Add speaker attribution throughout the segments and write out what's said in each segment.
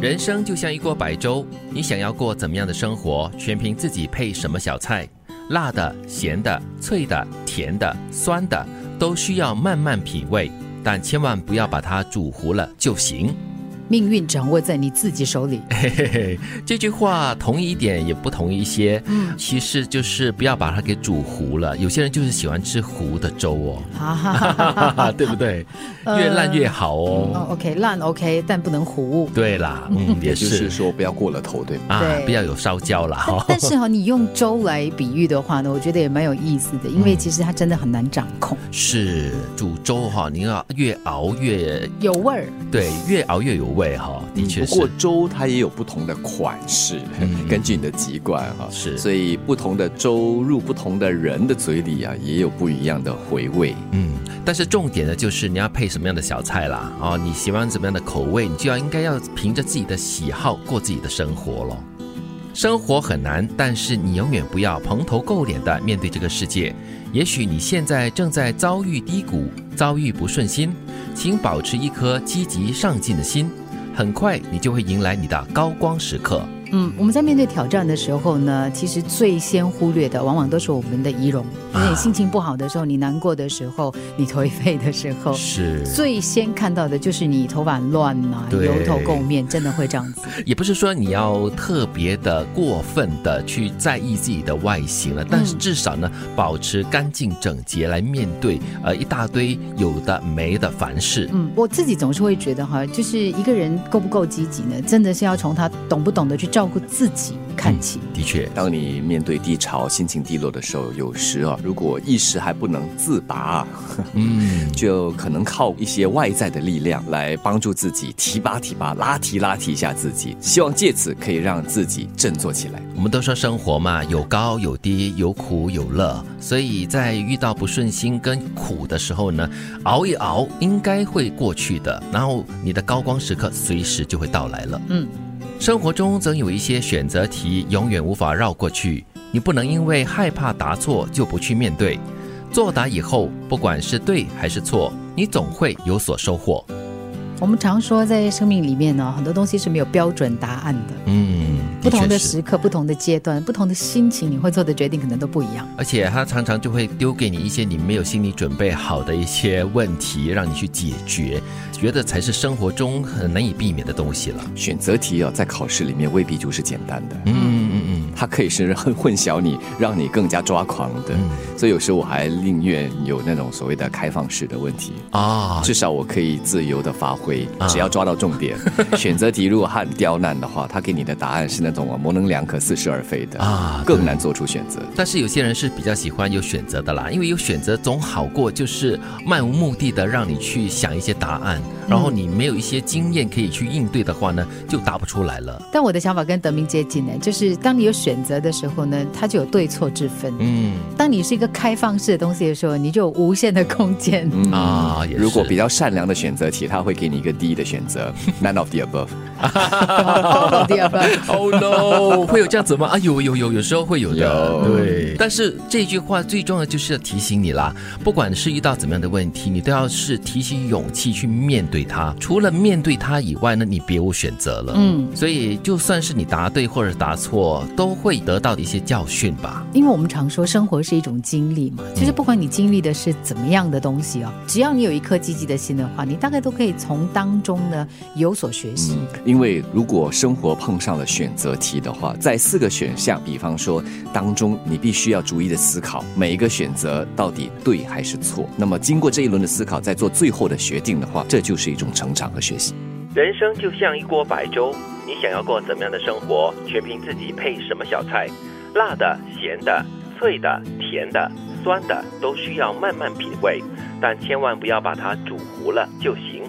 Speaker 1: 人生就像一锅白粥，你想要过怎么样的生活，全凭自己配什么小菜，辣的、咸的、脆的、甜的、酸的，都需要慢慢品味，但千万不要把它煮糊了就行。
Speaker 2: 命运掌握在你自己手里。
Speaker 1: 嘿嘿嘿，这句话同意一点，也不同意一些。
Speaker 2: 嗯，
Speaker 1: 其实就是不要把它给煮糊了。有些人就是喜欢吃糊的粥哦，。
Speaker 2: 哈哈哈哈哈 哈
Speaker 1: 对不对？
Speaker 2: 呃
Speaker 1: 越烂越好
Speaker 2: 哦
Speaker 3: 嗯
Speaker 1: 哦。
Speaker 2: ，OK，烂 OK，但不能糊。
Speaker 1: 对啦，嗯，也
Speaker 3: 也就是是说不要过了头，对吗？
Speaker 1: 啊，
Speaker 2: 对
Speaker 1: 不要有烧焦啦。
Speaker 2: 但
Speaker 1: 哈。
Speaker 2: 但是哈、你用粥来比喻的话呢，我觉得也蛮有意思的，因为其实它真的很难掌控，
Speaker 1: 是煮粥哈，你要越熬越
Speaker 2: 有味儿。
Speaker 1: 对，越熬越有味哈，的确
Speaker 3: 嗯不
Speaker 1: 是
Speaker 3: 过。粥它也有不同的款式，
Speaker 1: 嗯
Speaker 3: 根据你的籍贯哈、
Speaker 1: 是
Speaker 3: 所以不同的粥入不同的人的嘴里啊，也有不一样的回味。
Speaker 1: 嗯，但是重点呢，就是你要配什么样的小菜啦，哦，你喜欢怎么样的口味，你就要应该要凭着自己的喜好过自己的生活咯。生活很难，但是你永远不要蓬头垢脸的面对这个世界。也许你现在正在遭遇低谷，遭遇不顺心，请保持一颗积极上进的心，很快你就会迎来你的高光时刻。
Speaker 2: 嗯，我们在面对挑战的时候呢，其实最先忽略的，往往都是我们的仪容。因为你心情不好的时候，你难过的时候，你颓废的时
Speaker 3: 哦
Speaker 2: 候。
Speaker 1: 是
Speaker 2: 最先看到的就是你头发乱嘛，
Speaker 1: 对
Speaker 2: 油头垢面，真的会这样子。
Speaker 1: 也不是说你要特别的过分的去在意自己的外形了，但是至少呢，保持干净整洁来面对呃一大堆有的没的烦事。
Speaker 2: 嗯，我自己总是会觉得哈，就是一个人够不够积极呢，真的是要从他懂不懂得去照顾自己看起。
Speaker 1: 的确，
Speaker 3: 当你面对低潮、心情低落的时候，有时啊，如果一时还不能自拔啊，
Speaker 1: 嗯，
Speaker 3: 就可能靠一些外在的力量来帮助自己提拔提拔、拉提拉提一下自己，希望借此可以让自己振作起来。
Speaker 1: 我们都说生活嘛，有高有低，有苦有乐，所以在遇到不顺心跟苦的时候呢，熬一熬应该会过去的，然后你的高光时刻随时就会到来了。
Speaker 2: 嗯，
Speaker 1: 生活中总有一些选择题永远无法绕过去，你不能因为害怕答错就不去面对。作答以后，不管是对还是错，你总会有所收获。
Speaker 2: 我们常说在生命里面呢，很多东西是没有标准答案的。
Speaker 1: 嗯，
Speaker 2: 不同
Speaker 1: 确
Speaker 2: 的
Speaker 1: 是
Speaker 2: 时刻、不同的阶段、不同的心情，你会做的决定可能都不一样。
Speaker 1: 而且他常常就会丢给你一些你没有心理准备好的一些问题，让你去解决，觉得才是生活中很难以避免的东西了。
Speaker 3: 选择题啊，在考试里面未必就是简单的。
Speaker 1: 嗯嗯嗯
Speaker 3: 它可以是混混淆你，让你更加抓狂的。
Speaker 1: 嗯
Speaker 3: 所以有时候我还宁愿有那种所谓的开放式的问题，
Speaker 1: 啊，
Speaker 3: 至少我可以自由的发挥
Speaker 1: 啊，
Speaker 3: 只要抓到重 点。选择题如果它很刁难的话，它给你的答案是那种啊模棱两可、似是而非的
Speaker 1: 啊对
Speaker 3: 更难做出选择。
Speaker 1: 但是有些人是比较喜欢有选择的啦，因为有选择总好过就是漫无目的的让你去想一些答案，然后你没有一些经验可以去应对的话呢，就答不出来了。
Speaker 2: 但我的想法跟德明接近呢，就是当你有选择的时候呢，它就有对错之分。
Speaker 1: 嗯
Speaker 2: 当你是一个开放式的东西的时候，你就有无限的空间。
Speaker 3: 嗯
Speaker 1: 啊，也是
Speaker 3: 如果比较善良的选择题，它会给你一个第一的选 择，none of the above。
Speaker 2: All of the above
Speaker 1: Oh no！会有这样子吗？啊，有有有，有时候会有的。
Speaker 3: 有
Speaker 1: 对，但是这句话最重要就是要提醒你啦，不管是遇到怎么样的问题，你都要是提起勇气去面对它。除了面对它以外呢，你别无选择了。
Speaker 2: 嗯，
Speaker 1: 所以就算是你答对或者答错，都会得到一些教训吧。
Speaker 2: 因为我们常说生活是一种经历嘛，就是不管你经历的是怎么样的东西哦，只要你有一颗积极的心的话，你大概都可以从当中呢有所学习。
Speaker 3: 嗯，因为如果生活碰上了选择题的话，在四个选项，比方说当中，你必须要逐一的思考每一个选择到底对还是错。那么经过这一轮的思考，再做最后的决定的话，这就是一种成长和学习。
Speaker 1: 人生就像一锅白粥，你想要过怎么样的生活，全凭自己配什么小菜，辣的、咸的、脆的、甜的、酸的，都需要慢慢品味，但千万不要把它煮糊了就行。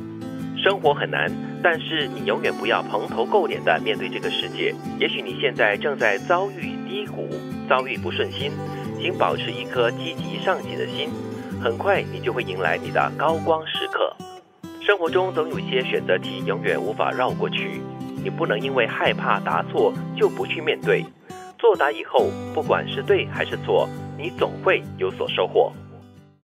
Speaker 1: 生活很难，但是你永远不要蓬头垢脸的面对这个世界。也许你现在正在遭遇低谷，遭遇不顺心，请保持一颗积极上进的心，很快你就会迎来你的高光时刻。生活中总有一些选择题永远无法绕过去，你不能因为害怕答错就不去面对。作答以后，不管是对还是错，你总会有所收获。